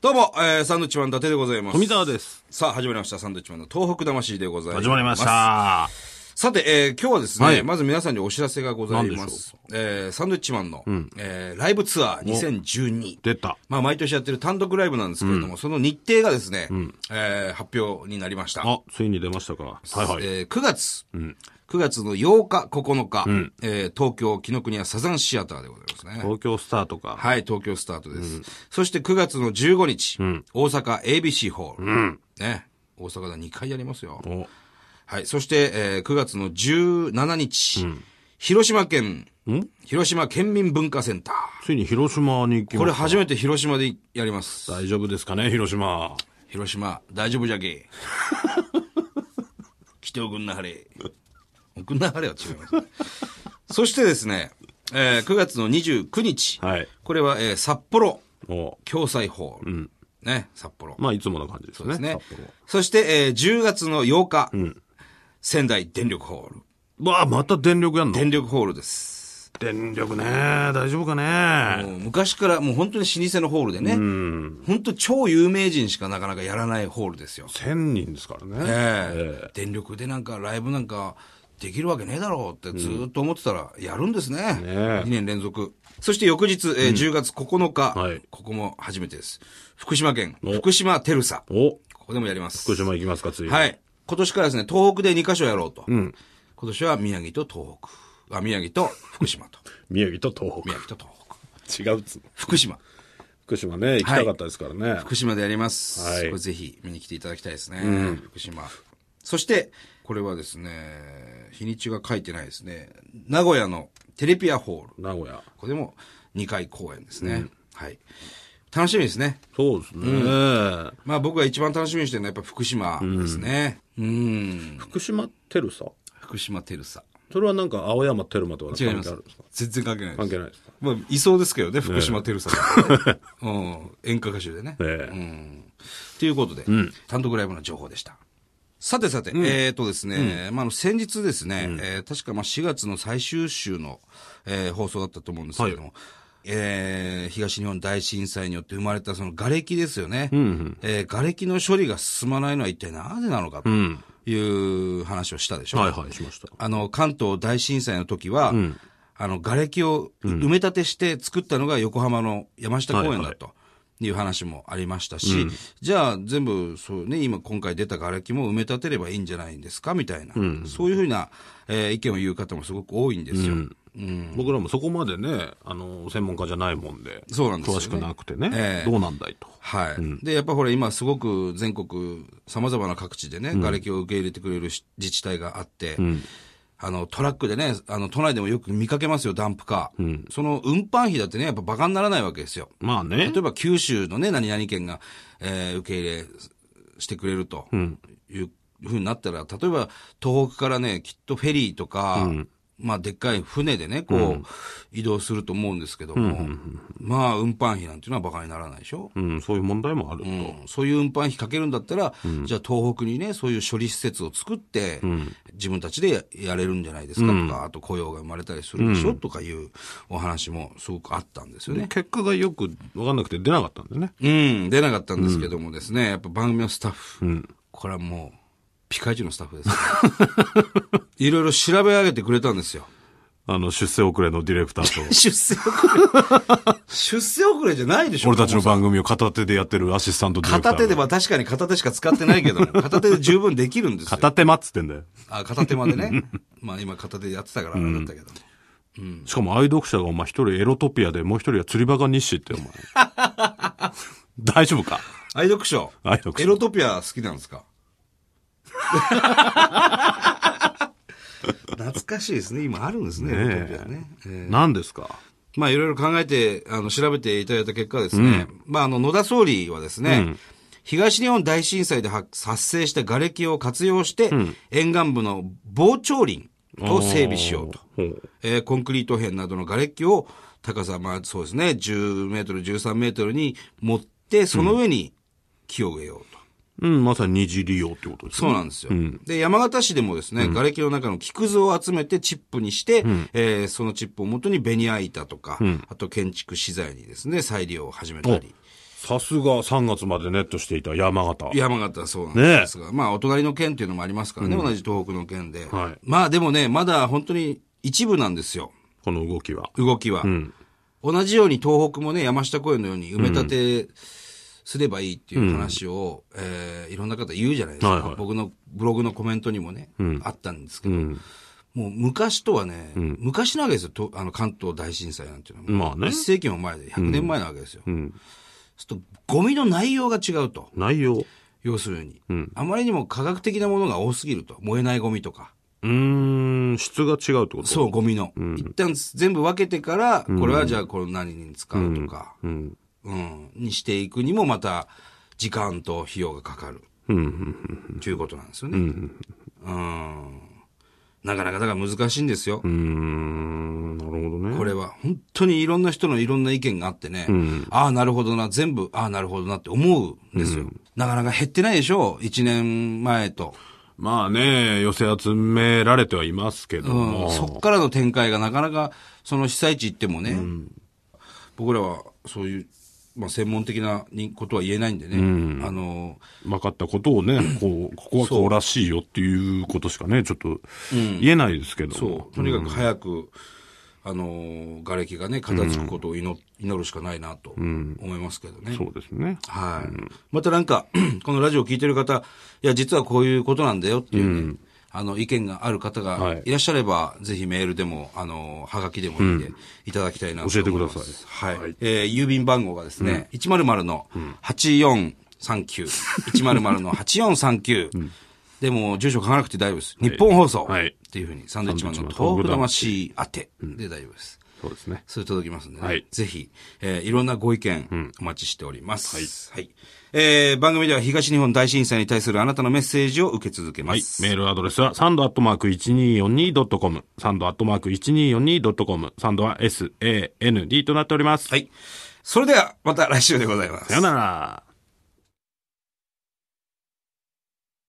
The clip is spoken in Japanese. どうも、えー、サンドウィッチマン伊達でございます。富澤です。さあ、始まりました。サンドウィッチマンの東北魂でございます。始まりまし。た。さて、えー、今日はですね、はいまず皆さんにお知らせがござい何までしす。えー、サンドウィッチマンの、えー、ライブツアー2012。出た。まあ、毎年やってる単独ライブなんですけれども、その日程がですね、えー、発表になりました。あ、ついに出ましたか。はいはい。えー9月、9月の8日、9日、えー東京、紀ノ国屋サザンシアターでございますね。東京スターとか。はい、東京スタートです。そして9月の15日、大阪 ABC ホール。ね、大阪だ2回やりますよ。おはい、そして、えー9月の17日、広島県、広島県民文化センター。ついに広島に行きこまれした。初めて広島でやります。大丈夫ですかね、広島。広島、大丈夫じゃ け。来ておくんなはれ。おくんなはれは違います、そしてですね、えー9月の29日、はい。これは、えー札幌、お共済ホール。ね、札幌。まあ、いつもの感じですそうでね。すね札幌。そして、えー10月の8日、仙台電力ホール。うわあ、また電力やんの電力ホールです。電力ね。大丈夫かね。もう昔からもう本当に老舗のホールでね、本当超有名人しかなかなかやらないホールですよ。 1000人ですからね。ええ電力でなんかライブなんかできるわけねえだろうってずーっと思ってたらやるんですね。え2年連続。そして翌日、えー10月9日、はいここも初めてです。福島県、福島テルサ。おここでもやります。福島行きますか、ついに。はい。今年からですね、東北で2カ所やろうと。今年は宮城と東北。あ、宮城と福島 と。宮城と宮城と東北。東北。違うっつうの福島。福島ね、行きたかったですからね。福島でやります。はいこれぜひ見に来ていただきたいですね。福島。そして、これはですね、日にちが書いてないですね。名古屋のテレピアホール。名古屋。これも2回公演ですね。はい。楽しみですね。そうですね。まあ僕が一番楽しみにしてるのはやっぱ福島ですね。うん。福島テルサ福島テルサ。それはなんか青山テルマとは違い関ま係すあるんですか。全然関係ないです関。係ないですかまあ、いそうですけどね、福島てるさん、 うん、演歌歌手でね。と、ええっていうことで、単独ライブの情報でした。さてさて、えっ、とですね、まああの、先日ですね、えー確かまあ4月の最終週の、えー放送だったと思うんですけれども、えー東日本大震災によって生まれたその瓦礫ですよね。えー瓦礫の処理が進まないのは一体なぜなのかという話をしたでしょ。はいはい、しました。あの、関東大震災の時は、あの、瓦礫を埋め立てして作ったのが横浜の山下公園だと。いう話もありましたし、じゃあ全部そうね、今今回出た瓦礫も埋め立てればいいんじゃないんですかみたいな、そういうふうな、えー意見を言う方もすごく多いんですよ。僕らもそこまでね、あの、専門家じゃないもんで、そうなんですよ詳ねしくなくてね、ええどうなんだいと。はい、で、やっぱほら今すごく全国様々な各地でね、瓦礫を受け入れてくれるし自治体があって、あの、トラックでね、あの、都内でもよく見かけますよ、ダンプカー。その運搬費だってね、やっぱバカにならないわけですよ。まあね例、えば九州のね、何々県が、えー受け入れしてくれるというふうになったら、例えば東北からね、きっとフェリーとか、まあ、でっかい船でね、こう、移動すると思うんですけども、まあ、運搬費なんていうのはバカにならないでしょうん、そういう問題もあると。うんそういう運搬費かけるんだったら、じゃあ東北にね、そういう処理施設を作って、自分たちでややれるんじゃないですかとか、あと雇用が生まれたりするでしょ、とかいうお話もすごくあったんですよね。結果がよく分かんなくて出なかったんでね。うん、出なかったんですけどもですね、やっぱ番組のスタッフ、これはもう、ピカイチのスタッフです。 いろいろ調べ上げてくれたんですよ。あの、出世遅れのディレクターと、出世遅れ。出世遅れじゃないでしょ俺たちの番組を片手でやってるアシスタントディレクター片が。手では確かに片手しか使ってないけども、片手で十分できるんですよ。片手間っつってんだよ。あ、片手までね。 まあ今片手でやってたからあれだったけど。しかも愛読者がお前一人エロトピアで、もう一人は釣りバカ日誌って お前。大丈夫か愛読書。愛読書エロトピア好きなんですか 懐かしいですね。今あるんですね、ねえエロトピアね。えー何ですかまあいろいろ考えて、あの、調べていただいた結果ですね、まああの、野田総理はですね、東日本大震災で発発生した瓦礫を活用して、沿岸部の防潮林を整備しようと。ほうえーコンクリート片などの瓦礫を高さ、まあそうですね、10メートル、13メートルに持って、その上に木を植えようと。うん、まさに二次利用ってことですそねうなんですよ。で、山形市でもですね、瓦礫の中の木くずを集めてチップにして、えーそのチップをもとにベニヤ板とか、あと建築資材にですね、再利用を始めたり。さすが3月までネットしていた山形。山形はそうなんですが、まあお隣の県っていうのもありますからね、同じ東北の県で、はいまあでもね、まだ本当に一部なんですよ、この動きは。動きは。同じように東北もね、山下公園のように埋め立てすればいいっていう話を、えーいろんな方言うじゃないですか、はいはい僕のブログのコメントにもね、あったんですけど、んもう昔とはね、昔なわけですよ、とあの関東大震災なんていうのは。まあ1ね世紀も前で、100年前なわけですよ。そうすると、ゴミの内容が違うと。内容。う要するに、あまりにも科学的なものが多すぎると。燃えないゴミとか。ーん、質が違うってことそう、ゴミの。一旦全部分けてから、これはじゃあこの何に使うとか、うんん、にしていくにもまた、時間と費用がかかる。ということなんですよね。うん。なかなかだから難しいんですよ。うーん、なるほどね。これは本当にいろんな人のいろんな意見があってね、ああ、なるほどな、全部、ああ、なるほどなって思うんですよ。なかなか減ってないでしょ ?1 年前と。まあね、寄せ集められてはいますけども。うん、そっからの展開がなかなか、その被災地行ってもね、僕らはそういう、まあ、専門的なにことは言えないんでね、あの、分かったことを ね、こう、ここはこうらしいよっていうことしかね、ちょっと言えないですけども。そう、とにかく早く、あの、瓦礫がね、片付くことを祈,、祈るしかないなと思いますけどね。そうですね。はい。またなんか、 このラジオを聞いてる方、いや、実はこういうことなんだよっていうね、あの、意見がある方はがいいらっしゃれば、ぜひメールでも、あの、はがきでもいいんで、いただきたいなと教えてく思だいさいますはい。えー郵便番号がですね、100の8439、100の8439、で も、住所書かなくて大丈夫です。日本放送。はいっていうふうに、サンドイッチマンの東北魂宛てで大丈夫です。そうですね。それ届きますんでね。はいぜひ、えーいろんなご意見、お待ちしております。はい。えー番組では東日本大震災に対するあなたのメッセージを受け続けまはい。す。メールアドレスは、サンドアットマーク 1242.com。サンドアットマーク 1242.com。サンドは SAND となっております。はい。それでは、また来週でございます。さよなら。